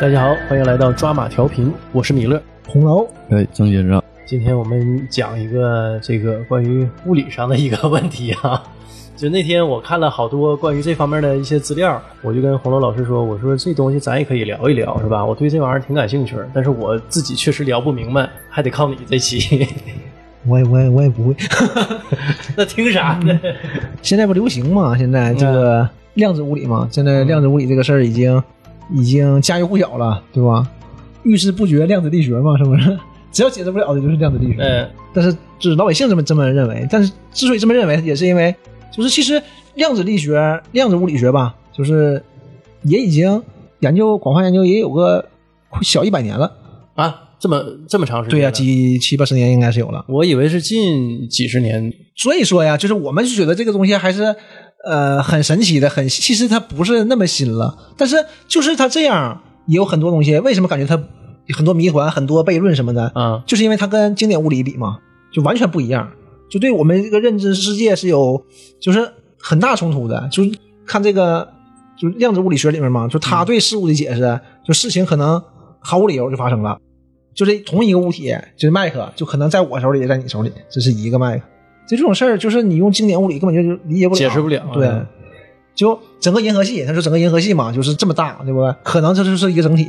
大家好，欢迎来到抓马调频，我是米勒。红楼哎，曾先生，今天我们讲一个这个关于物理上的一个问题啊。 就那天我看了好多关于这方面的一些资料，我就跟红楼老师说：“我说这东西咱也可以聊一聊，是吧？我对这玩意儿挺感兴趣儿，但是我自己确实聊不明白，还得靠你这期。我也我也我也不会。 那听啥呢？现在不流行嘛？现在这个量子物理嘛，现在量子物理这个事儿已经已经家喻户晓了，对吧？遇事不决，量子力学嘛，是不是？ 只要解释不了的就是量子力学。嗯，但是就是老百姓这么这么认为，但是之所以这么认为，也是因为就是其实量子力学、量子物理学吧，就是也已经研究广泛研究也有个快小一百年了，啊，这么这么长时间？对呀、呀、几七八十年应该是有了。我以为是近几十年。所以说呀，就是我们就觉得这个东西还是呃很神奇的，很其实它不是那么新了，但是就是它这样也有很多东西，为什么感觉它很多谜团、很多悖论什么的，嗯就是因为它跟经典物理比嘛，就完全不一样，就对我们这个认知世界是有就是很大冲突的，就是看这个就是量子物理学里面嘛，就它对事物的解释，就事情可能毫无理由就发生了。就是同一个物体，就是麦克，就可能在我手里，也在你手里，这是一个麦克。就这种事儿，就是你用经典物理根本就理解不了，解释不了对啊嗯，就整个银河系，他说整个银河系嘛，就是这么大，对不对？可能这就是一个整体。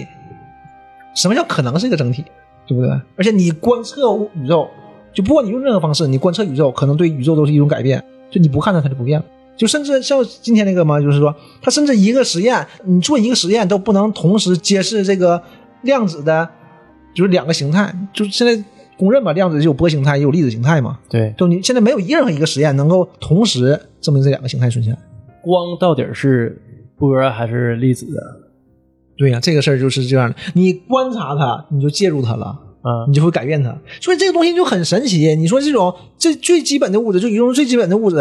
什么叫可能是一个整体？对不对？而且你观测宇宙，就不管你用任何方式，你观测宇宙，可能对宇宙都是一种改变。就你不看它，它就不变了。就甚至像今天那个嘛，就是说，它甚至一个实验，你做一个实验都不能同时揭示这个量子的，就是两个形态。就是现在公认吧，量子就有波形态，也有粒子形态嘛。对，就你现在没有任何一个实验能够同时证明这两个形态存在。光到底是波还是粒子啊对呀、这个事儿就是这样的。你观察它，你就介入它了。啊？你就会改变它。所以这个东西就很神奇。你说这种这最基本的物质，就宇宙中最基本的物质，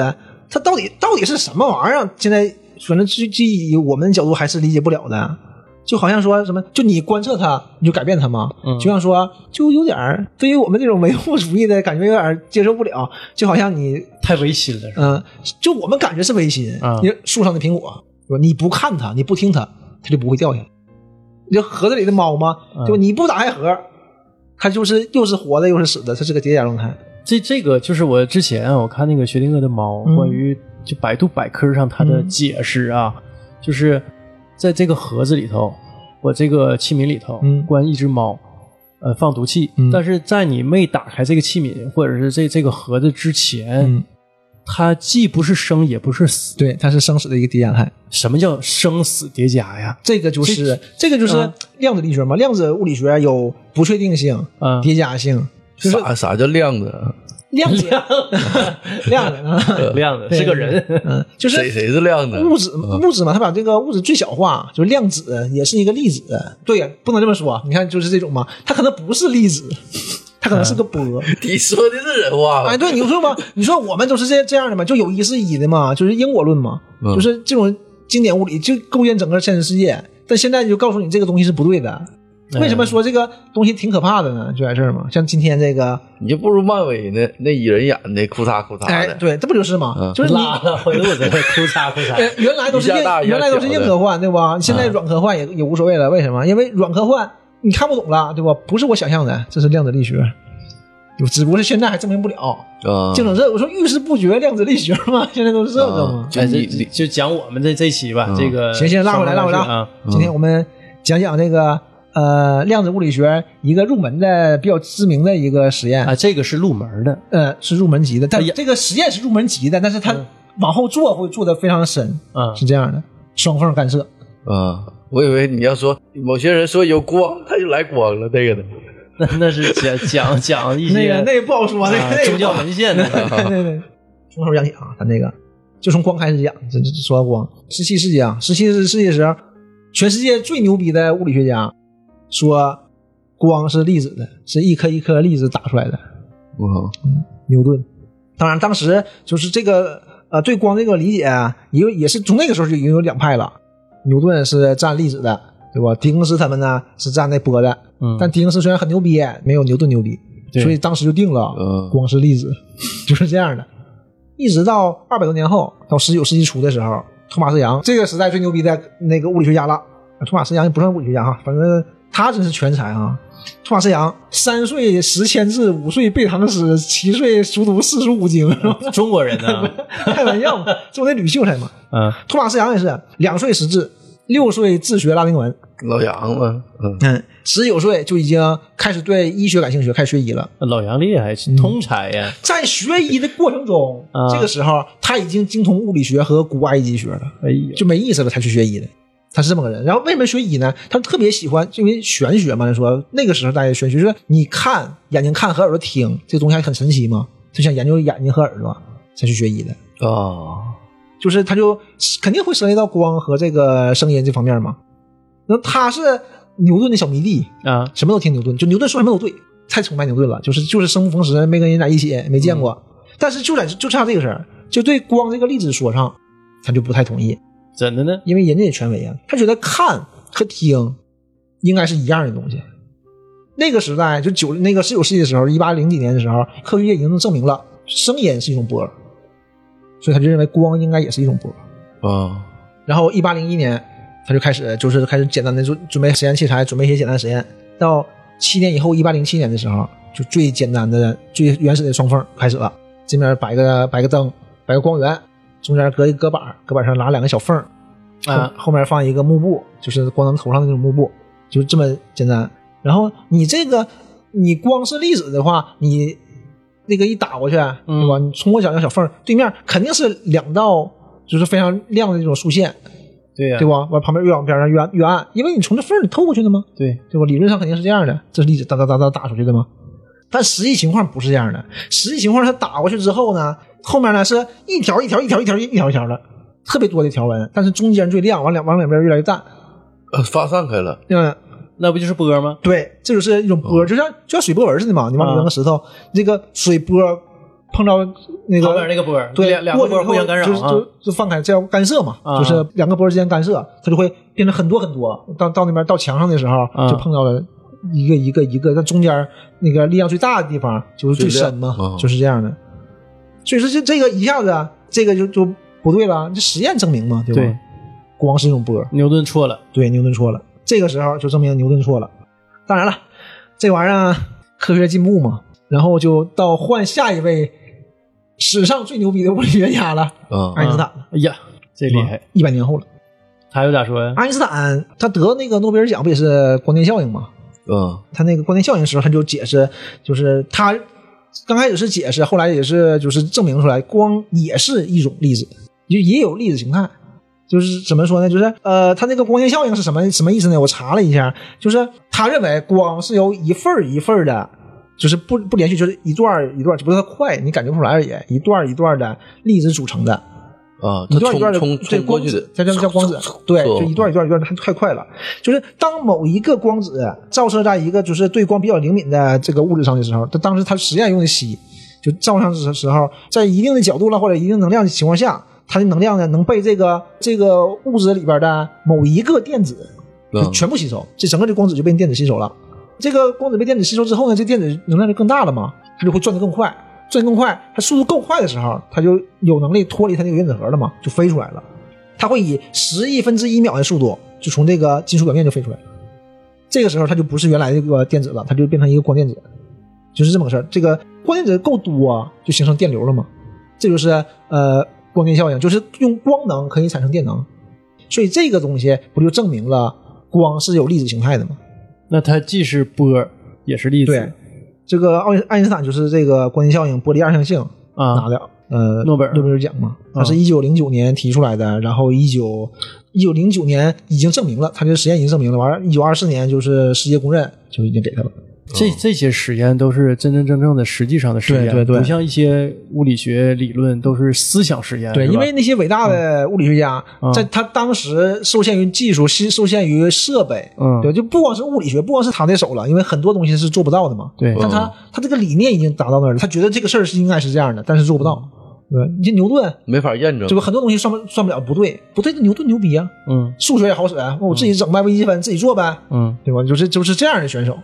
它到底到底是什么玩意儿啊？现在反正就就以我们的角度还是理解不了的。就好像说什么，就你观测它，你就改变它吗？嗯就像说，就有点儿对于我们这种唯物主义的感觉有点儿接受不了。就好像你太违心了，是吧？嗯，就我们感觉是违心啊。你树上的苹果，对吧？你不看它，你不听它，它就不会掉下来。你就盒子里的猫吗？对吧？你不打开盒，它就是又是活的又是死的，它是个叠加状态。这这个就是我之前啊我看那个薛定谔的猫，嗯关于就百度百科上它的解释啊，就是在这个盒子里头，我这个器皿里头、嗯关一只猫，呃，放毒气，嗯但是在你没打开这个器皿或者是这这个盒子之前，嗯，它既不是生也不是死。对，它是生死的一个叠加态。什么叫生死叠加呀？这个就是这个就是啊量子力学嘛，量子物理学有不确定性、啊叠加性，就是啥啥叫量子啊？量子 量子啊，亮的对呃是个人，嗯，就是谁谁是量 子？物质物质嘛，它把这个物质最小化，就是量子也是一个粒子。对呀，不能这么说。啊你看，就是这种嘛，它可能不是粒子， 它可能是个波。你说的是人话哎，吗？对，你说吧，你说我们都是这这样的嘛，就有一是一的嘛，就是因果论嘛，嗯就是这种经典物理就构建整个现实世界。但现在就告诉你这个东西是不对的。为什么说这个东西挺可怕的呢？就在这儿嘛，像今天这个，你就不如漫威那那蚁人演的，哭嚓哭嚓哎，的。对，这不就是嘛？嗯就是 你拉了回头我在这哭嚓哭呃嚓，原来都是硬一下大一下原来都是硬科幻，对吧？现在软科幻也也无所谓了，为什么？因为软科幻你看不懂了，对吧？不是我想象的，这是量子力学，我只不过是现在还证明不了。啊，就整这，我说遇事不决，量子力学嘛， 现在都是这个嘛啊。就哎你这你就讲我们这这期吧，嗯这个行行，拉回来，拉回来啊啊！！今天我们讲讲这个呃量子物理学一个入门的比较知名的一个实验啊，，这个是入门的，呃，是入门级的，但哎呀这个实验是入门级的，但是它往后做会做的非常深，啊是这样的，双缝干涉。啊，我以为你要说某些人说有光，他就来光了，这个的。那那是讲讲讲一些那个那个不好说，那啊个那个宗教文献对的， 对对，从头讲起啊，咱这个就从光开始讲，这这说到光，十七世纪啊，十七世纪时候，全世界最牛逼的物理学家说，光是粒子的，是一颗一颗粒子打出来的。我靠，牛顿，当然当时就是这个呃对光这个理解啊也有也是从那个时候就已经有两派了。牛顿是占粒子的，对吧？狄更斯他们呢是占那波的，嗯但狄更斯虽然很牛逼，没有牛顿牛逼，对所以当时就定了、嗯光是粒子， 就是这样的。一直到二百多年后，到十九世纪初的时候，托马斯杨这个时代最牛逼的那个物理学家了，托马斯杨也不算物理学家哈，反正他真是全才啊。托马斯杨三岁识千字，五岁背唐诗，七岁熟读四书五经， 是吧中国人 呢？开玩笑嘛，这不得吕秀才嘛？嗯，托马斯杨也是两岁识字，六岁自学拉丁文，老杨嘛，嗯，嗯，十九岁就已经开始对医学感兴趣，开始学医了。老杨厉害，嗯通才呀。在学医的过程中，啊这个时候他已经精通物理学和古埃及学了，哎呦，就没意思了，才去学医的。他是这么个人。然后为什么学医呢？他特别喜欢，因为玄学嘛，就说那个时候大家玄学，就是你看眼睛看和耳朵听，这个东西还很神奇嘛，就想研究眼睛和耳朵，才去学医的。哦，就是他就肯定会涉及到光和这个声音这方面嘛。那他是牛顿的小迷弟，啊，什么都听牛顿，就牛顿说什么都对，太崇拜牛顿了，就是就是生不逢时，没跟人在一起，没见过。但是就在就差这个事儿，就对光这个粒子说上，他就不太同意，真的呢？因为人家也权威啊，他觉得看和听应该是一样的东西。那个时代就九那个十九世纪的时候，一八零几年的时候，科学界已经证明了声音是一种波，所以他就认为光应该也是一种波。哦，然后一八零一年，他就开始就是开始简单的准准备实验器材，准备一些简单实验。到七年以后，一八零七年的时候，就最简单的、最原始的双缝开始了。这面摆个摆个灯，摆个光源，中间隔一隔板，隔板上拉两个小缝，啊啊，后面放一个幕布，就是光能投上的那种幕布，就这么简单。然后你这个你光是粒子的话，你那个一打过去，啊嗯对吧？你冲过小小小缝儿，对面肯定是两道就是非常亮的那种竖线，对呀对，吧？完旁边越往边上越暗越暗，因为你从这缝儿里透过去的嘛，对，对吧？理论上肯定是这样的，这是粒子哒哒哒哒打出去的嘛。但实际情况不是这样的，实际情况它打过去之后呢，后面呢是一条一条一条一条一条一条的，特别多的条纹，但是中间最亮，往两往两边越来越淡。呃发散开了，嗯，那不就是波吗？对，这就是一种哦波，就像就像水波纹似的嘛，你往里扔个石头，这个水波碰到那个啊旁边那个波，对两两个波过去以后互相干扰就是啊就就放开，这叫干涉嘛，啊就是两个波之间干涉，它就会变成很多很多。到到那边到墙上的时候，啊就碰到了一个一个一个，但中间那个力量最大的地方就是最深嘛最哦亮啊，就是这样的。所以说这这个一下子啊这个就就不对了，这实验证明嘛，对吧？对光是一种波，牛顿错了，对，牛顿错了。这个时候就证明牛顿错了。当然了，这玩意儿啊科学进步嘛，然后就到换下一位史上最牛逼的物理学家了，啊爱因斯坦了。哎呀，这厉害！一百年后了，他又咋说呀？爱因斯坦他得那个诺贝尔奖不也是光电效应吗？啊，他那个光电效应的时候，他就解释，就是他刚开始是解释，后来也是就是证明出来，光也是一种粒子，就也有粒子形态。就是怎么说呢？就是呃，他那个光电效应是什么什么意思呢？我查了一下，就是他认为光是由一份儿一份儿的，就是不不连续，就是一段儿一段儿，只不过它快，你感觉不出来而已，一段儿一段儿的粒子组成的。啊，一他段一冲段的冲对冲过光去的子，，它叫叫光子，对，哦就一段一段一段的，它太快了。就是当某一个光子照射在一个就是对光比较灵敏的这个物质上的时候，它当时它实验用的硒，就照上的时候，在一定的角度了或者一定能量的情况下，它的能量呢能被这个这个物质里边的某一个电子就啊全部吸收，这整个这光子就被电子吸收了。这个光子被电子吸收之后呢，这电子能量就更大了嘛，它就会转得更快，转得更快，它速度够快的时候，它就有能力脱离它那个原子核了嘛，就飞出来了。它会以十亿分之一秒的速度，就从这个金属表面就飞出来了。这个时候，它就不是原来这个电子了，它就变成一个光电子，就是这么个事儿。这个光电子够多、啊就形成电流了嘛。这就是呃光电效应，就是用光能可以产生电能，所以这个东西不就证明了光是有粒子形态的吗？那他既是波，也是粒对子，这个奥爱因斯坦就是这个光电效应、波粒二象性拿啊。的呃诺贝尔诺贝尔奖嘛，啊他是一九零九年提出来的，然后一九一九零九年已经证明了，他这个实验已经证明了，完了，一九二四年就是世界公认就已经给他了。嗯这这些实验都是真真正正的实际上的实验，对对对不像一些物理学理论都是思想实验。对，哎是吧因为那些伟大的物理学家，嗯在他当时受限于技术，是受限于设备，嗯对，就不光是物理学，不光是他的手了，因为很多东西是做不到的嘛。对但他他这个理念已经达到那儿了，他觉得这个事儿是应该是这样的，但是做不到。对，你像牛顿，没法验证对，吧？很多东西算不算不了不对，不对，牛顿牛逼啊，嗯数学也好使啊，我自己整呗，微积分自己做呗，嗯，对吧？就是就是这样的选手，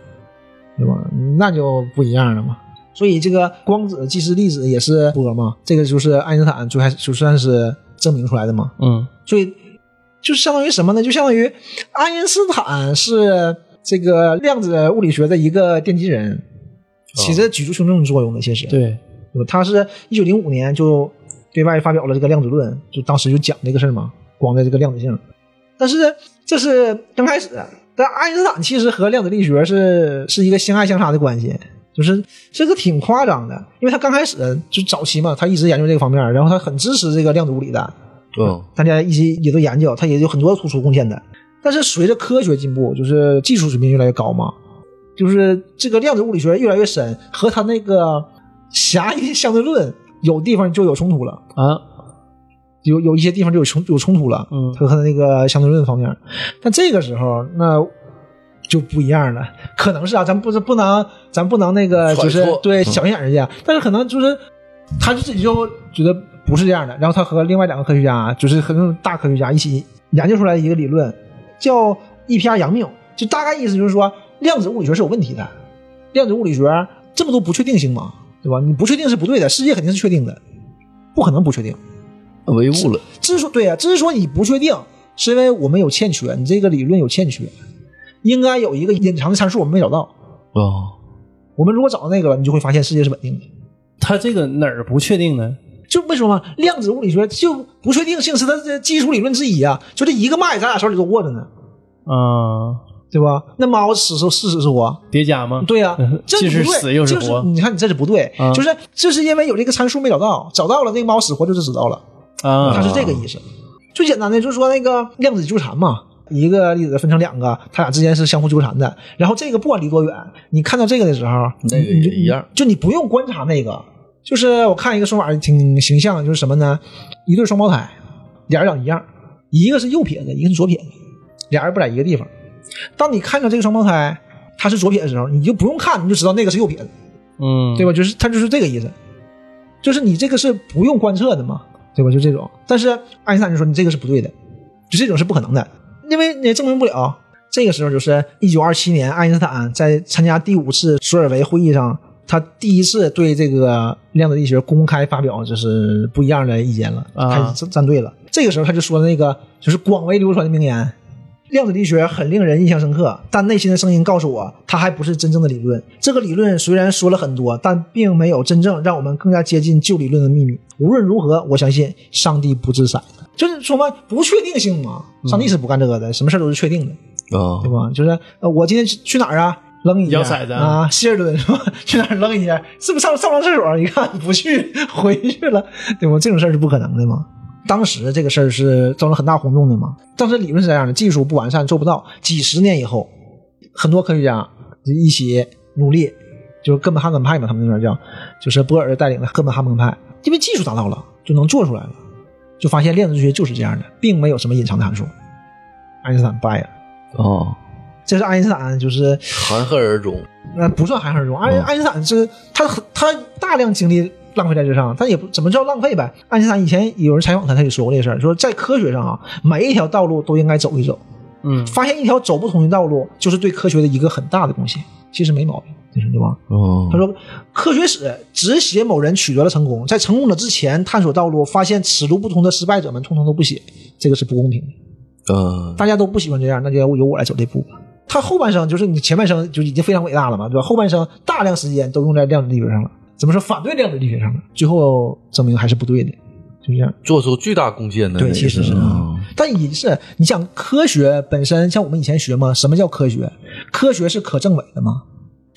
对吧？那就不一样了嘛。所以这个光子既是粒子也是波嘛，这个就是爱因斯坦最开始就算是证明出来的嘛。嗯，所以就相当于什么呢？就相当于爱因斯坦是这个量子物理学的一个奠基人，起着举足轻重的作用的。其实，对，对吧他是一九零五年就对外发表了这个量子论，就当时就讲这个事儿嘛，光的这个量子性。但是这是刚开始，但爱因斯坦其实和量子力学是是一个相爱相杀的关系，就是这个挺夸张的，因为他刚开始就早期嘛，他一直研究这个方面，然后他很支持这个量子物理的，嗯，大家一起也都研究，他也有很多突出贡献的。但是随着科学进步，就是技术水平越来越高嘛，就是这个量子物理学越来越深，和他那个狭义相对论有地方就有冲突了，啊，有有一些地方就有冲有冲突了，嗯和他那个相对论方面。但这个时候那就不一样了，可能是啊，咱不是不能，咱不能那个揣就是测对嗯小心眼人家，但是可能就是他就自己就觉得不是这样的，然后他和另外两个科学家，就是和那种大科学家一起研究出来一个理论，叫 EPR 佯命，就大概意思就是说量子物理学是有问题的，量子物理学这么多不确定性嘛，对吧？你不确定是不对的，世界肯定是确定的，不可能不确定。唯物了，之所对啊，之所以不确定，是因为我们有欠缺，你这个理论有欠缺，应该有一个隐藏的参数我们没找到。哦，我们如果找到那个了，你就会发现世界是稳定的。他这个哪儿不确定呢？就为什么量子物理学就不确定性是它的基础理论之一啊？就这一个脉，咱俩手里都握着呢，啊，对吧？那猫死是是死是活？叠加吗？对呀、这嗯既就是不对，死又是是活你看你这是不对，啊就是就是因为有这个参数没找到，找到了那个猫死活就是知道了。啊，它是这个意思。最简单的就是说那个量子纠缠嘛，一个粒子分成两个，它俩之间是相互纠缠的。然后这个不管离多远，你看到这个的时候，那个也一样，就你不用观察那个。就是我看一个说法挺形象的，就是什么呢？一对双胞胎，俩人长一样，一个是右撇子，一个是左撇子，俩人不在一个地方。当你看到这个双胞胎他是左撇的时候，你就不用看，你就知道那个是右撇子，嗯，对吧？就是他就是这个意思，就是你这个是不用观测的嘛，对吧？就这种。但是爱因斯坦就说你这个是不对的，就这种是不可能的，因为你也证明不了。这个时候就是一九二七年，爱因斯坦在参加第五次索尔维会议上，他第一次对这个量子力学公开发表就是不一样的意见了，啊开始站站队了。这个时候他就说那个就是广为流传的名言。量子力学很令人印象深刻，但内心的声音告诉我，它还不是真正的理论。这个理论虽然说了很多，但并没有真正让我们更加接近旧理论的秘密。无论如何，我相信上帝不掷骰子，就是说嘛，不确定性嘛，上帝是不干这个的，什么事儿都是确定的，哦对，吧？就是、呃我今天去去哪儿啊？扔一下嗯摇骰子啊啊，希尔顿是吧？去哪儿扔一下？是不是上上不上厕所？一看不去， 回去了，对吧？这种事儿是不可能的嘛。当时这个事儿是造成很大轰动的嘛。当时理论是这样的，技术不完善，做不到。几十年以后，很多科学家就一起努力，就是哥本哈根派嘛，他们那边叫，就是波尔带领的哥本哈根派，因为技术达到了，就能做出来了，就发现量子力学就是这样的，并没有什么隐藏的函数。爱因斯坦掰了，哦，这是爱因斯坦就是含恨而终，那不算含恨而终。爱嗯爱因斯坦是他很他大量精力浪费在这上，但也不怎么叫浪费呗。爱因斯坦以前有人采访他，他也说过这事儿，说在科学上啊，每一条道路都应该走一走，嗯发现一条走不同的道路，就是对科学的一个很大的贡献。其实没毛病，就是对吧？哦，他说，科学史只写某人取得了成功，在成功者之前探索道路，发现此路不通的失败者们，通通都不写，这个是不公平的。嗯，大家都不喜欢这样，那就要由我来走这步吧。他后半生就是你前半生就已经非常伟大了嘛，对吧？后半生大量时间都用在量子力学上了，怎么说反对量子力学上了？最后证明还是不对的，就这样。做出巨大贡献的那对，个，其实是啊嗯，但也是你想科学本身，像我们以前学嘛，什么叫科学？科学是可证伪的嘛，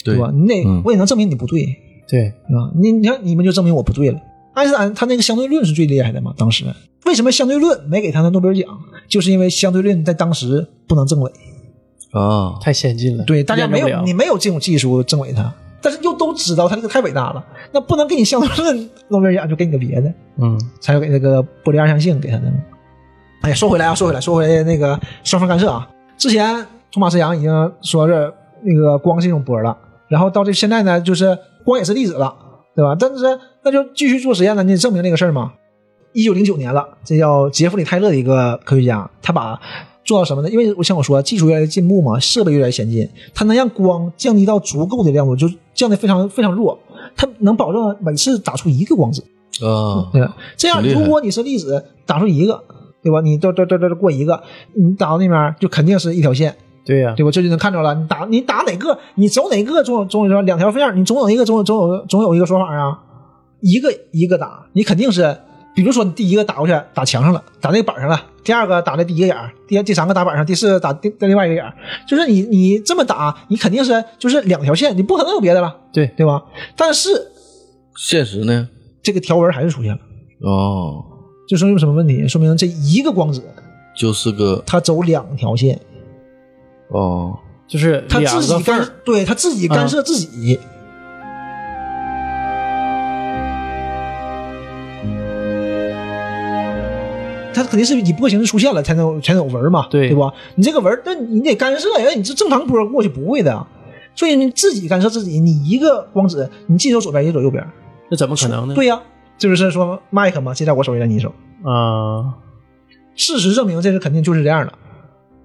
对吧？你得、嗯我也能证明你不对，对，对吧？你你看你们就证明我不对了。爱因斯坦他那个相对论是最厉害的嘛，当时为什么相对论没给他的诺贝尔奖？就是因为相对论在当时不能证伪。啊，太先进了，对，大家没验证有不了你没有这种技术证伪它，但是又都知道它这个太伟大了，那不能给 你相对论诺贝尔奖，就给你个别的，嗯才有给那个玻璃二象性给他的嘛。哎呀，说回来啊，说回来，说回来那个双缝干涉啊，之前托马斯杨已经说是那个光是一种波了，然后到这现在呢，就是光也是粒子了，对吧？但是那就继续做实验呢，你得证明这个事儿嘛。一九零九年了，这叫杰弗里·泰勒的一个科学家，他把做到什么呢？因为我像我说，技术越来越进步嘛，设备越来越先进，它能让光降低到足够的亮度，就降得非常非常弱，它能保证每次打出一个光子。啊，对，这样挺厉害如果你是粒子，打出一个，对吧？你这这这这这过一个，你打到那边就肯定是一条线，对呀、对吧？这就能看出来，你打你打哪个，你走哪个，总有总有说两条线，你总有一个总有总有总有一个说法啊。一个一个打，你肯定是，比如说你第一个打过去打墙上了，打那个板上了，第二个打那第一个眼儿，第第三个打板上，第四个打第另外一个眼儿，就是你你这么打，你肯定是就是两条线，你不可能有别的了，对对吧？但是现实呢？这个条纹还是出现了，哦，就说明什么问题？说明这一个光子就是个它走两条线，哦，就是它两自个己缝干儿，对它自己干涉自己。它肯定是以波形出现了才能有才能有纹儿嘛，对对吧？你这个纹儿，那你得干涉呀，你这正常波儿过去不会的，所以你自己干涉自己，你一个光子，你既走左边也走右边，那怎么可能呢？对呀、这不是说麦克嘛，接在我手里，在你手。啊，事实证明，这是肯定就是这样的，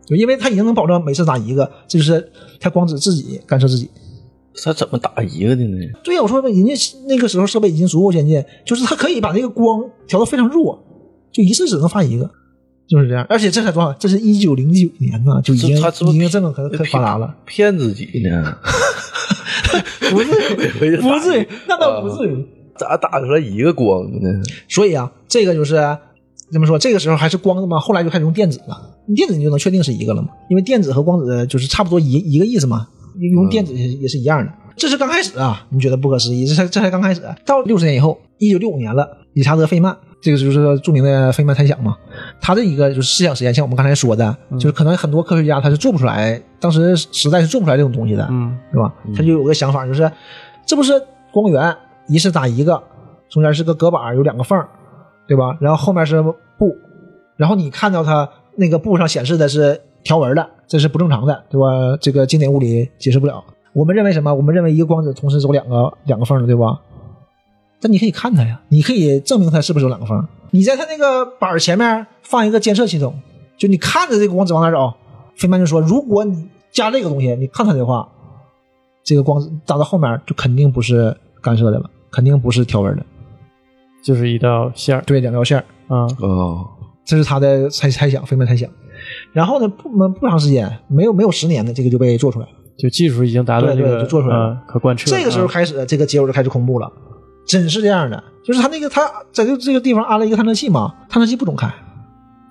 就因为他已经能保证每次打一个，这就是他光指自己干涉自己。他怎么打一个的呢？对呀，我说人家那个时候设备已经足够先进，就是他可以把这个光调到非常弱，就一次只能发一个，就是这样。而且这才多少？这是一九零九年呢，就已经这他是不是已经这么可可发达了。骗自己呢？不是回去打一呃不至于，那倒不至于。咋打出来一个光呢？所以啊，这个就是怎么说？这个时候还是光的嘛，后来就开始用电子了。电子你就能确定是一个了嘛，因为电子和光子就是差不多一一个意思嘛，用电子也是也是一样的。这是刚开始啊，你觉得不可思议？这才这才刚开始。到六十年以后，一九六五年了，理查德·费曼，这个就是著名的费曼猜想嘛。他这一个就是思想实验，像我们刚才说的，就是可能很多科学家他是做不出来，当时时代是做不出来这种东西的。嗯，对吧？他就有个想法，就是这不是光源，一次打一个，中间是个隔板，有两个缝儿，对吧？然后后面是布，然后你看到它那个布上显示的是条纹的，这是不正常的，对吧？这个经典物理解释不了。我们认为什么？我们认为一个光子同时走两个两个缝儿的，对吧？但你可以看它呀，你可以证明它是不是有两个缝儿。你在它那个板儿前面放一个监测系统，就你看着这个光子往哪走。费曼就说，如果你加这个东西，你看它的话，这个光子打到后面就肯定不是干涉的了，肯定不是条纹的，就是一道线儿对，两条线儿啊，哦，这是他的猜猜想，费曼猜想。然后呢，不不长时间，没有没有十年的这个就被做出来了。就技术已经达到对这对个就做出来了啊可贯彻。这个时候啊开始，这个结果就开始公布了，真是这样的，就是他那个他在这这个地方安了一个探测器嘛，探测器不总开，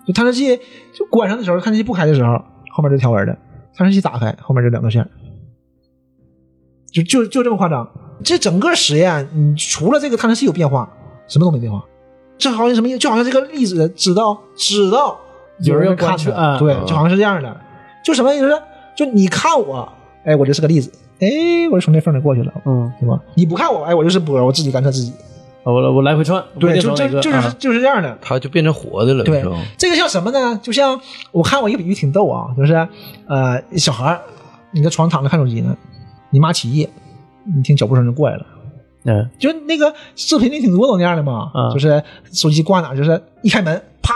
就探测器就关上的时候，探测器不开的时候，后面就条纹的；探测器打开，后面就两条线儿，就就就这么夸张。这整个实验，你除了这个探测器有变化，什么都没变化。这好像什么意思？就好像这个粒子知道知道有人人观看测它啊对，啊就好像是这样的。就什么意思呢？就你看我，哎，我就是个粒子，哎，我就从那缝里过去了，嗯，对吧？你不看我，哎，我就是波，我自己干涉自己。我我来回窜，我对，电就脑这哪个就是啊就是这样的。他就变成活的了，对是吧？，这个像什么呢？就像我看过一个比喻挺逗啊，就是呃，小孩儿你在床上躺着看手机呢，你妈起夜，你听脚步声就过来了。嗯，就那个视频里挺多都那样的嘛，嗯就是手机挂哪儿，就是一开门，啪，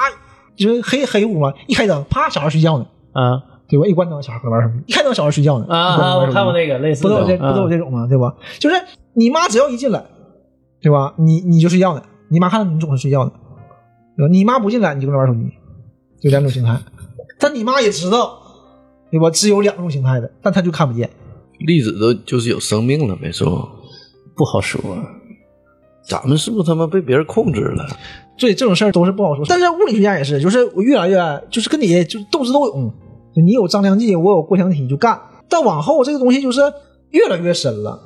就是黑黑屋嘛，一开灯，啪，小孩睡觉呢，啊对吧？一关灯，小孩搁那玩手机，一开灯，小孩睡觉呢。啊一关啊！灯玩我手机看过那个嗯类似不都有这的，不都有这种吗？对吧？就是你妈只要一进来，对吧？你你就睡觉呢，你妈看到你总是睡觉呢，对吧？你妈不进来，你就搁那玩手机，就两种形态。但你妈也知道，对吧？只有两种形态的，但她就看不见。粒子都就是有生命了呗，是不？不好说。咱们是不是他妈被别人控制了？所以这种事儿都是不好说。但是物理学家也是，就是我越来越就是跟你就斗智斗勇，就你有张良计，我有过墙梯，就干。但往后这个东西就是越来越深了。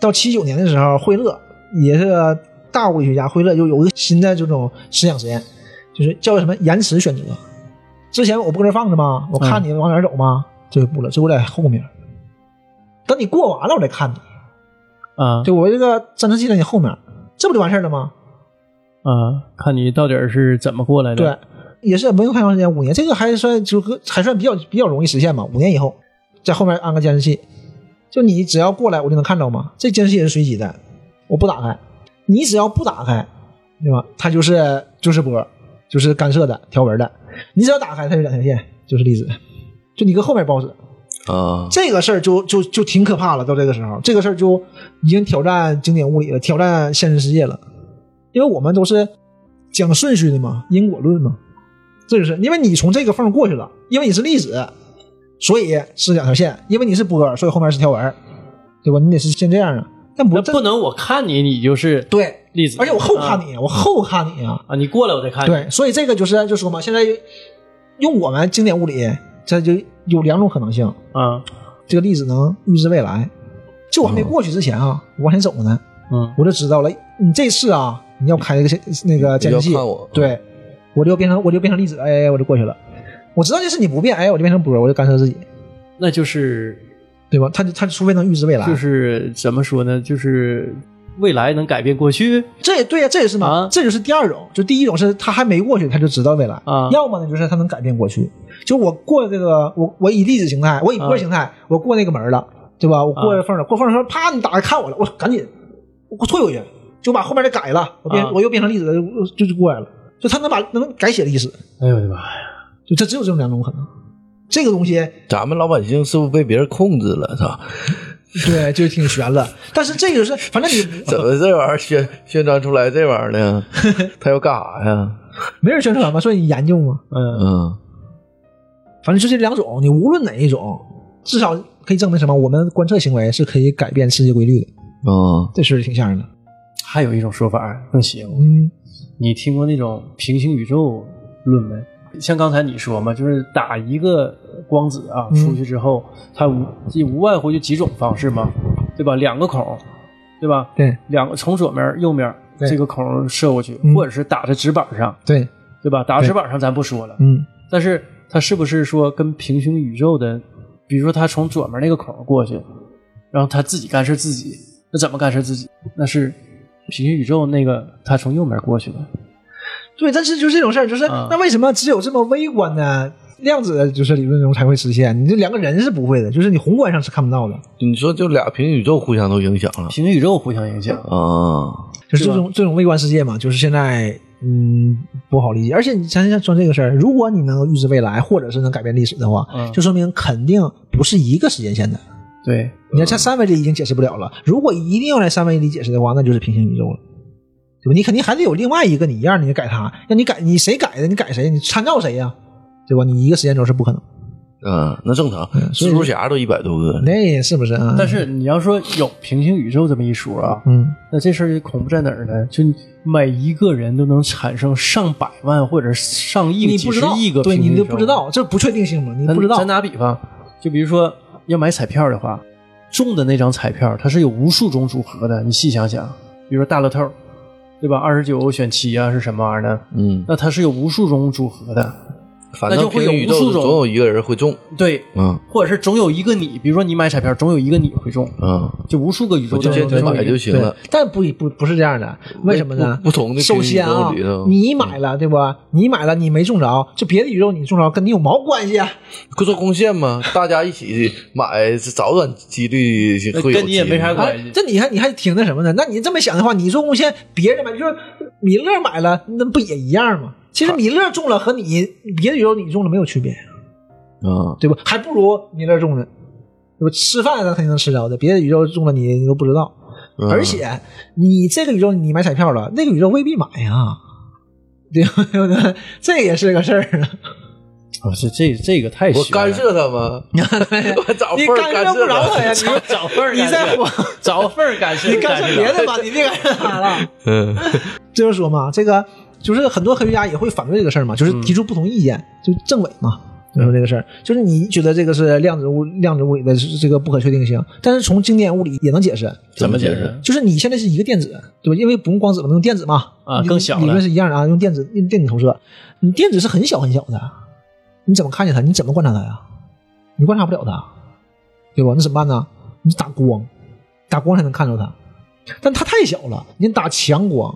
到七九年的时候，惠勒也是大物理学家，惠勒就有一个新的这种思想实验，就是叫什么延迟选择。之前我不搁这放着吗？我看你往哪儿走吗？这不了，这我在后面。等你过完了，我再看你。啊对我这个侦测器在你后面，这不就完事儿了吗？啊！看你到底是怎么过来的？对，也是没用太长时间，五年，这个还算就和还算比较比较容易实现嘛。五年以后，在后面安个监视器，就你只要过来，我就能看到嘛。这监视器也是随机的，我不打开，你只要不打开，对吧？它就是就是波，就是干涉的条纹的。你只要打开，它就两条线，就是粒子，就你跟后面报纸。啊，这个事儿就就就挺可怕了。到这个时候，这个事儿就已经挑战经典物理了，挑战现实世界了。因为我们都是讲顺序的嘛，因果论嘛，这就是因为你从这个缝过去了，因为你是粒子，所以是两条线；因为你是波，所以后面是条纹，对吧？你得是先这样啊，但不那这不能我看你，你就是对，粒子，而且我后看啊你，我后看你啊，啊，你过来我再看你，对，所以这个就是就说嘛，现在用我们经典物理，这就有两种可能性，啊，这个粒子能预知未来。就我嗯还没过去之前啊，我往前走呢，嗯，我就知道了。你这次啊，你要开这个显那个监视器嗯你就看我，嗯对，我就变成我就变成粒子，哎，我就过去了。我知道这次你不变，哎，我就变成波，我就干涉自己，那就是对吧？他就他除非能预知未来，就是怎么说呢？就是未来能改变过去这也对呀、这也是嘛，啊这就是第二种。就第一种是他还没过去，他就知道未来；啊要么呢，就是他能改变过去。就我过这个，我我以粒子形态，我以啊波形态，我过那个门了，对吧？我过缝了，过缝的时候，啪，你打开看我了，我赶紧我退回去，就把后面的改了，我变、啊我又变成粒子了，就就过来了。就他能把能改写历史，哎呦我的妈呀！就这只有这么两种可能。这个东西咱们老百姓是不是被别人控制了？操，对，就挺悬了。但是这个是，反正你怎么这玩意儿宣 宣传出来这玩意儿呢？他要干啥呀？没人宣传嘛，所以你研究嘛。嗯，嗯，反正就这两种，你无论哪一种，至少可以证明什么？我们观测行为是可以改变世界规律的，哦，这是挺吓人的。还有一种说法更邪乎，嗯，你听过那种平行宇宙论没？像刚才你说嘛，就是打一个光子啊嗯出去之后，它无这无外乎就几种方式嘛，对吧？两个孔，对吧？对两个从左面右面对这个孔射过去，嗯或者是打在纸板上，对，对吧？打到对纸板上咱不说了，嗯但是它是不是说跟平行宇宙的，比如说它从左面那个孔过去，然后它自己干涉自己，那怎么干涉自己？那是平行宇宙那个它从右面过去的，对。但是就是这种事儿，就是、啊那为什么只有这么微观的量子就是理论中才会实现？你这两个人是不会的，就是你宏观上是看不到的。你说就俩平行宇宙互相都影响了平行宇宙互相影响。啊？就是这种这种微观世界嘛，就是现在嗯不好理解。而且你咱先说这个事儿，如果你能够预知未来，或者是能改变历史的话，嗯就说明肯定不是一个时间线的。对，你看，像嗯三维里已经解释不了了。如果一定要来三维里解释的话，那就是平行宇宙了，对吧？你肯定还得有另外一个你一样的，你改它，那你改你谁改的？你改谁？你参照谁呀、对吧？你一个时间轴是不可能，嗯，那正常，所以蜘蛛侠都一百多个呢，那是不是啊？但是你要说有平行宇宙这么一说啊，嗯，那这事儿恐怖在哪儿呢？就每一个人都能产生上百万或者上亿、你几不十知道亿个，对你都不知。道，这不确定性嘛？你咱不知道咱，打比方，就比如说要买彩票的话，中的那张彩票它是有无数种组合的，你细想想，比如说大乐透，对吧？二十九选七啊是什么玩意儿呢？嗯，那它是有无数种组合的，反那正就会平有行宇无数宙种总有一个人会中，对，嗯或者是总有一个你，比如说你买彩票，总有一个你会中，嗯，就无数个宇宙我就当坚中持总有买一个就行了。但不不不是这样的，为什么呢？不不同的首先啊平行宇宙里头，你买了对吧？你买了，你没中着，这别的宇宙你中着，跟你有毛关系啊？可做贡献嘛，大家一起买，早晚几率会有。跟你也没啥关系哎，这你还你还挺那什么呢？那你这么想的话，你中贡献别人买，就是米勒买了，那不也一样吗？其实米勒中了和你别的宇宙你中了没有区别，啊。对吧？还不如米勒中的，对吧？吃饭咱肯定能吃着的，别的宇宙中了你你都不知道。嗯而且你这个宇宙你买彩票了，那个宇宙未必买呀，对吧对不对？ 这也是个事儿啊。啊，这这这个太我悬了干涉他 吗？我找你份儿干涉啊不着他呀，找找份儿你干涉，你再我， 找份儿干涉， 你干啊涉别的吧，你别干涉他了。嗯，这就是说嘛，这个就是很多科学家也会反对这个事儿嘛，嗯就是提出不同意见，就政委嘛。就说这个事儿，就是你觉得这个是量子物量子物理的这个不可确定性，但是从经典物理也能解释，怎么解怎么释？就是你现在是一个电子，对吧？因为不用光子了嘛，用电子嘛，啊理更小了理论是一样的啊，用电子用电子投射，你电子是很小很小的，你怎么看见它？你怎么观察它呀？你观察不了它，对吧？那怎么办呢？你打光，打光才能看着它，但它太小了，你打强光，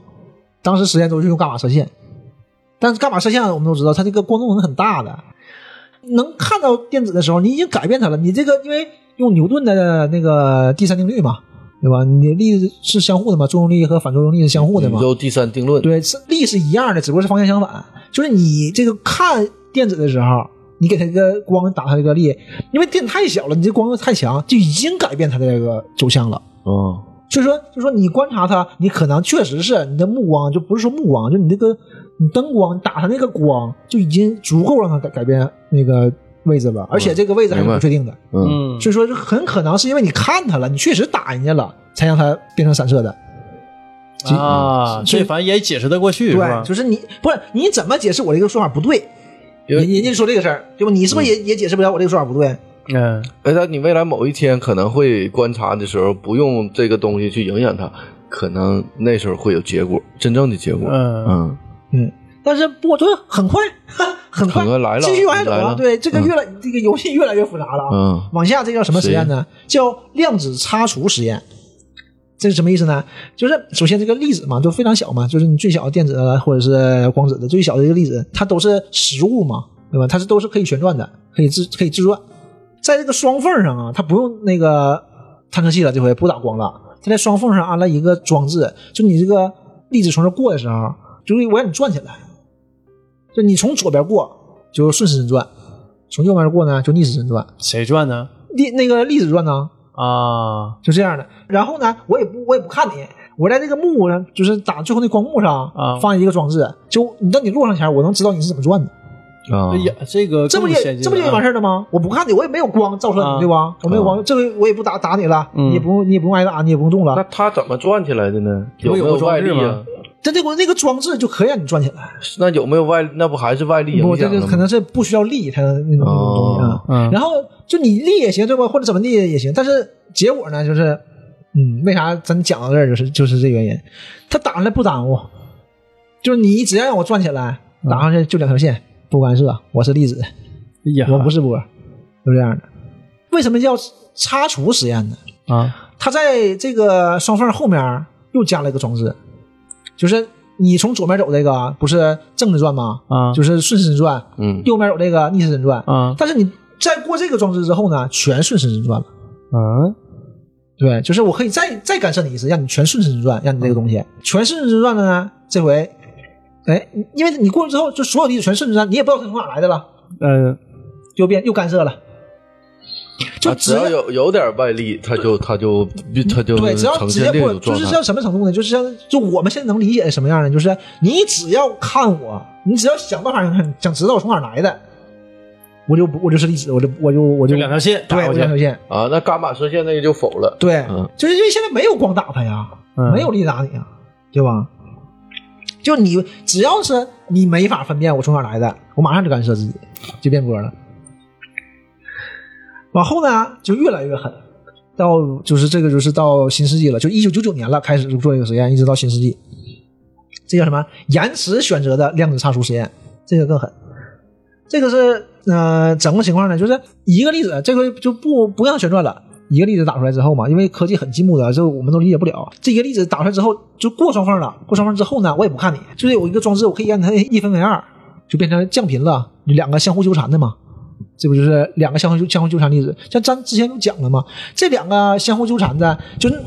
当时实验都是用伽马射线，但是伽马射线我们都知道，它这个光动能很大的，能看到电子的时候，你已经改变它了。你这个因为用牛顿的那个第三定律嘛，对吧？你力是相互的嘛，作用力和反作用力是相互的嘛宇。宙第三定论，对，是力是一样的，只不过是方向相反。就是你这个看电子的时候，你给它一个光打它一个力，因为电子太小了，你这光又太强，就已经改变它的这个走向了。哦，所以说，就说你观察它，你可能确实是你的目光，就不是说目光，就你这个你灯光你打它那个光就已经足够让它改改变那个位置了，而且这个位置还是嗯明白不确定的，嗯，嗯，所以说很可能是因为你看它了，你确实打人家了，才让它变成散射的。啊，所以这反正也解释得过去，是吧对，？就是你不是你怎么解释我这个说法不对？因人为嗯人家说这个事儿，对吧？你是不是也、也解释不了我这个说法不对？嗯，而且哎你未来某一天可能会观察的时候，不用这个东西去影响它，可能那时候会有结果，真正的结果。嗯嗯，但是不，就是很快， 很快，很快来了继续往下走啊来了对，这个越来、这个游戏越来越复杂了啊。嗯往下这叫什么实验呢？叫量子擦除实验。这是什么意思呢？就是首先这个粒子嘛，就非常小嘛，就是你最小的电子啊或者是光子的最小的一个粒子，它都是实物嘛，对吧？它是都是可以旋转的，可以自可以自转。在这个双缝上啊，它不用那个探测器了，这回不打光了，它在双缝上安了一个装置，就你这个粒子从这过的时候，就是我让你转起来，就你从左边过就顺时针转，从右边过呢就逆时针转，谁赚呢？粒那个粒子转呢，啊就这样的。然后呢，我也不我也不看你，我在这个幕上，就是打最后那光幕上啊放一个装置，就你等你落上前，我能知道你是怎么转的，啊哎，呀，这个这不更也先进这不就了完啊事儿了吗？我不看你，我也没有光照射你，啊对吧？我没有光，这回我也不打打你了，嗯你也不用你也不用挨打，你也不用动那了。它怎么转起来的呢？有不没有有个外装置力啊吗？但这个那个装置就可以让你转起来，那有没有外？那不还是外力啊不，影这响的个吗？可能是不需要力才能那种那种东西啊。哦嗯然后就你立也行，对吧？或者怎么地也行，但是结果呢，就是，嗯，为啥咱讲到这儿就是就是这原因，他打上来不耽误，就是你只要让我转起来，打上去就两条线，不干涉，我是粒子，哎呀，我不是波，就这样的。为什么叫擦除实验呢？啊，它在这个双缝后面又加了一个装置，就是你从左面走这个不是正着转吗？啊就是顺时针转，嗯右面有这个逆时针转啊但是你再过这个装置之后呢，全顺时针转了。嗯对，就是我可以再再干涉你一次，让你全顺时针转，让你这个东西嗯全顺时针转了呢。这回，哎，因为你过了之后，就所有粒子全顺时针转，你也不知道它从哪来的了，嗯又变又干涉了。就啊只要有有点外力，它就它就它就对，只要呈直现接另一过，种就状是态像。什么程度呢？就是像就我们现在能理解什么样呢？就是你只要看我，你只要想办法想想知道我从哪儿来的，我就不我就是粒子，我就我就我就就两条线打对，过我去两条线。啊，那伽马射线那个就否了。对，嗯就是因为现在没有光打他呀，嗯没有力打你啊，对吧？就你只要是你没法分辨我从哪儿来的，我马上就干涉自己，就变波了。往后呢，就越来越狠，到就是这个就是到新世纪了，就一九九九年了，开始做这个实验，一直到新世纪。这叫什么？延迟选择的量子差除实验，这个更狠。这个是呃，怎么情况呢？就是一个粒子，这回就不不让旋转了。一个粒子打出来之后嘛，因为科技很进步的，这我们都理解不了。这一个粒子打出来之后就过双缝了，过双缝之后呢，我也不看你，就是有一个装置，我可以让它一分为二，就变成降频了，两个相互纠缠的嘛。这不就是两个相互纠相互纠缠粒子？像咱之前都讲了嘛，这两个相互纠缠的，就是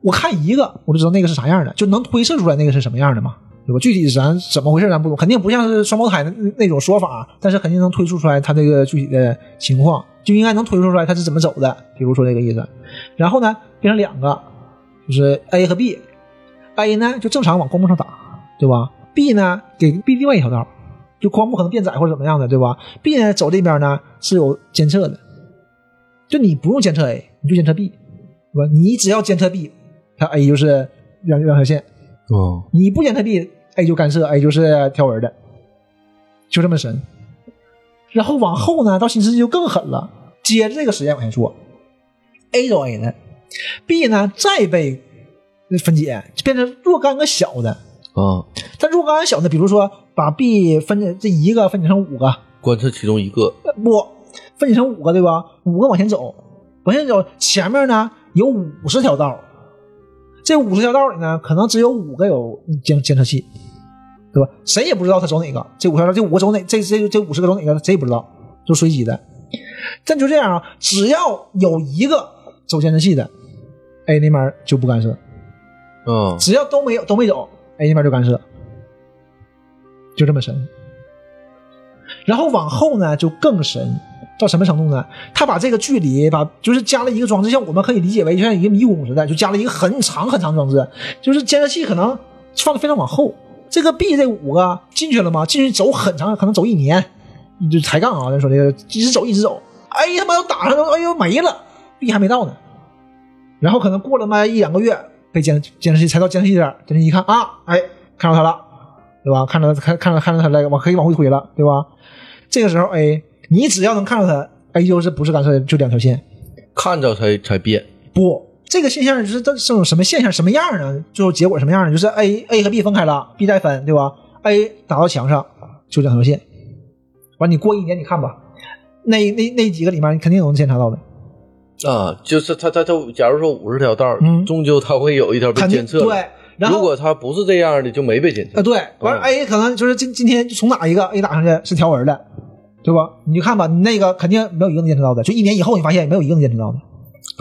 我看一个我就知道那个是啥样的，就能推测出来那个是什么样的嘛，对吧？具体咱怎么回事咱不懂，肯定不像是双胞胎那那种说法，啊但是肯定能推出出来它这个具体的情况，就应该能推出出来它是怎么走的，比如说这个意思。然后呢，变成两个，就是 A 和 B，A 呢就正常往光幕上打，对吧？B 呢给 B 另外一条道，就光幕可能变窄或者怎么样的，对吧？B 呢走这边呢是有监测的，就你不用监测 A，你就监测 B，对吧？你只要监测 B，它 A 就是两两条线，哦，你不监测 B，A 哎就干涉，A 就是条纹的，就这么神。然后往后呢，到新世纪就更狠了，接着这个实验往下做，A 走 A 的，B 呢再被分解，就变成若干个小的。啊，但若干个小的，比如说把 B 分解这一个分解成五个，观测其中一个，呃不分解成五个对吧？五个往前走，往前走，前面呢有五十条道儿，这五十条道里呢，可能只有五个有监监测器，对吧？谁也不知道他走哪个，这五条道，这五个走哪，这这这五十个走哪个，谁也不知道，就随机的。但就这样啊，只要有一个走监测器的，A 那边就不干涉，嗯，只要都没有都没走，A 那边就干涉，就这么神。然后往后呢就更神，到什么程度呢？他把这个距离把就是加了一个装置，像我们可以理解为就像一个迷宫似的，就加了一个很长很长装置，就是监测器可能放的非常往后，这个 B 这五个进去了吗？进去走很长，可能走一年，你就抬杠啊，咱说这个一直走一直走，哎他妈都打上了，哎呦没了，B 还没到呢，然后可能过了妈一两个月，被监监视器才到监视器这儿，监视器一看啊，哎看到他了，对吧？看到他看看到看到他了，我可以往回回了，对吧？这个时候 A，你只要能看到他，A 就是不是干涉就两条线，看着才才变，不，这个现象就是这这种什么现象什么样呢？最后结果什么样呢？就是 A A 和 B 分开了，B 再分，对吧？A 打到墙上就两条线，完你过一年你看吧，那那那几个里面你肯定能检查到的，啊，就是他他他，假如说五十条道儿，嗯终究他会有一条被肯定监测的。对。然后如果他不是这样的，就没被监测啊，。对，完了嗯 A 可能就是今今天就从哪一个 A 打上去是条纹的，对吧？你就看吧，你那个肯定没有一个能检测到的，就一年以后你发现没有一个能检测到的，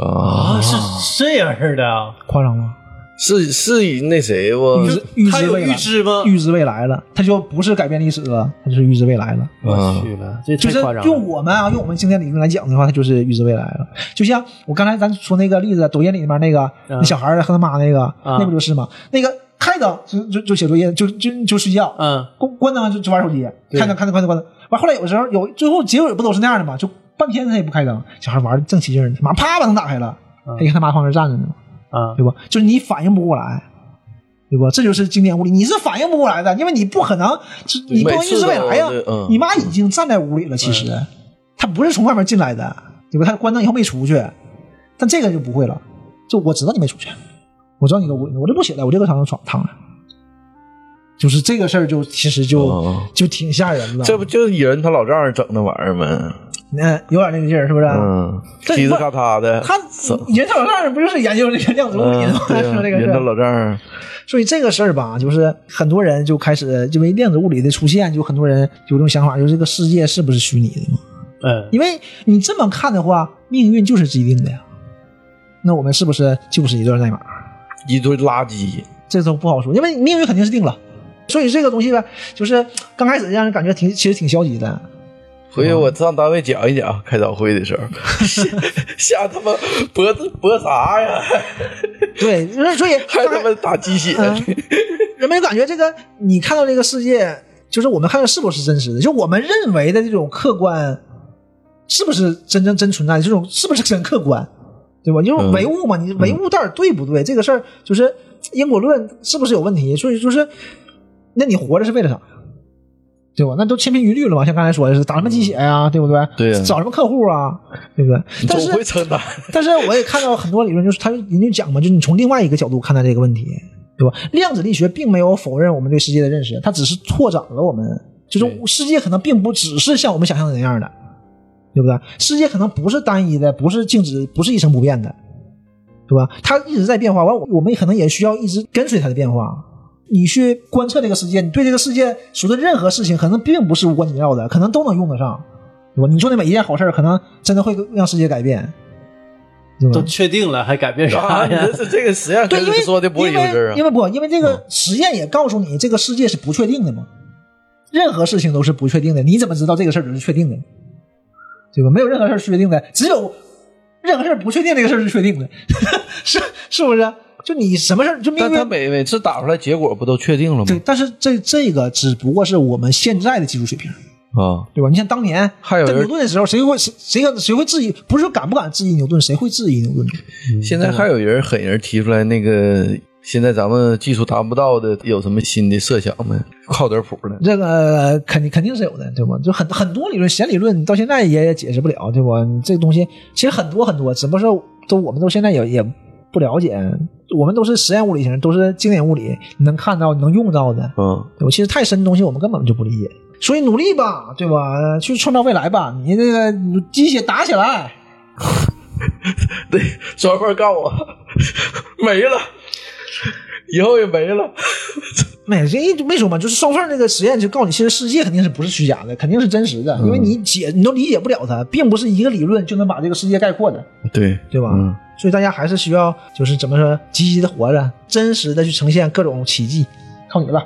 呃啊，啊，是这样式的啊，夸张吗？是是以那谁我预知呃预他知有未预来，知吗？预知未来了，它就不是改变历史了，它就是预知未来了。啊我去了，这就太是夸张用了。我们啊，用我们经典理论来讲的话，它就是预知未来了。就像我刚才咱说那个例子，抖音里面那个、嗯那小孩儿和他妈那个，啊那不就是吗？那个看着就就就写作业，就就就睡觉，嗯，关关灯就就玩手机，对开灯开灯开灯关灯。完后来有时候有最后结尾不都是那样的吗？就半天他也不开灯，小孩玩的正起劲儿呢，他妈啪把灯打开了，嗯他一看他妈旁边站着呢，啊，对吧？就是你反应不过来。对吧？这就是经典物理，你是反应不过来的，因为你不可能，就你不能每预次知未都哎来呀、对嗯你妈已经站在屋里了，其实、她不是从外面进来的，对吧？她关灯以后没出去，但这个就不会了，就我知道你没出去，我知道你搁屋里呢，我这不写了，我这搁床上躺躺着，就是这个事儿，就其实就、哦就挺吓人了，这不就是蚁人他老丈人整那玩意儿吗？嗯有点那个劲儿，是不是？嗯，这叽里咔嚓的。他以前他老丈人不就是研究这个量子物理的嗯吗？对 呀说这个事人儿他老丈人，所以这个事儿吧，就是很多人就开始因为量子物理的出现，就很多人有这种想法，就是这个世界是不是虚拟的嘛？嗯，因为你这么看的话，命运就是既定的呀。那我们是不是就是一段代码？一堆垃圾，这都不好说，因为命运肯定是定了。所以这个东西吧，就是刚开始让人感觉挺其实挺消极的，回嗯去我上单位讲一讲，开早会 的时候，吓吓他妈脖子脖啥呀？对，所以所以还刚他开妈打鸡血，嗯人们就感觉这个你看到这个世界，就是我们看到是不是真实的，就我们认为的这种客观，是不是真正真存在的？这种是不是真客观，对吧？因为嗯唯物嘛，你唯物到底对不对？这个事儿就是因果论是不是有问题？所以就是，那你活着是为了啥？对吧？那都千篇一律了嘛，像刚才说的是打什么鸡血呀、对不对？对呀找什么客户啊，对不对？但是总会承担。 但是我也看到很多理论，就是他人家讲嘛，就是你从另外一个角度看待这个问题，对吧？量子力学并没有否认我们对世界的认识，它只是拓展了我们，就是对世界可能并不只是像我们想象的那样的，对不对？世界可能不是单一的，不是静止，不是一成不变的，对吧？它一直在变化，完我我们可能也需要一直跟随它的变化。你去观测这个世界，你对这个世界所做的任何事情，可能并不是无关紧要的，可能都能用得上，对吧？你做的每一件好事儿，可能真的会让世界改变，对吧都确定了，还改变 啥啊，你呀？这是这个实验对，跟因为说的不会一因回为事儿啊因。为不，因为这个实验也告诉你，这个世界是不确定的嘛。任何事情都是不确定的，你怎么知道这个事儿就是确定的？对吧？没有任何事儿是确定的，只有任何事儿不确定，这个事儿是确定的， 是是不是？就你什么事儿就命但他运每每次打出来结果不都确定了吗对？，但是这这个只不过是我们现在的技术水平，啊，对吧？你像当年还有在人牛顿的时候，谁会谁谁谁会质疑？不是说敢不敢质疑牛顿，谁会质疑牛顿？现在还有人狠人提出来那个，现在咱们技术达不到的，有什么新的设想没？靠点谱的，这个肯定肯定是有的，对吧？就很很多理论，弦理论你到现在也也解释不了，对吧？你这个东西其实很多很多，只不过是都我们都现在也也不了解，我们都是实验物理型，都是经典物理，你能看到、你能用到的，嗯，对吧？其实太深的东西我们根本就不理解，所以努力吧，对吧？去创造未来吧，你这个你鸡血打起来， 对，专门告我 没了，以后也没了，没，人家没说嘛，就是双缝那个实验就告诉你，其实世界肯定是不是虚假的，肯定是真实的，因为你解你都理解不了它，并不是一个理论就能把这个世界概括的。对对吧？嗯所以大家还是需要就是怎么说，积极的活着，真实的去呈现各种奇迹。靠你了，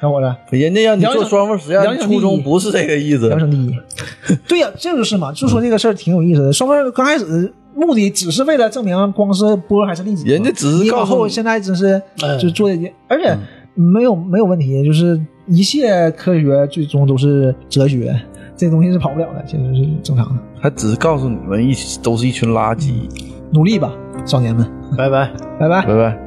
看我了，人家让你做双缝实良验，性利益初衷不是这个意思聊。胜第一。 对呀、这就是嘛，就说这个事儿挺有意思的。双方刚开始目的只是为了证明光是波还是粒子嘛，人家只是你告往诉后你嗯现在真是哎就做的，而且没有没有问题，就是一切科学最终都是哲学，这东西是跑不了的，其实是正常的。还只是告诉你们一起都是一群垃圾。努力吧，少年们，拜拜。拜拜。拜拜。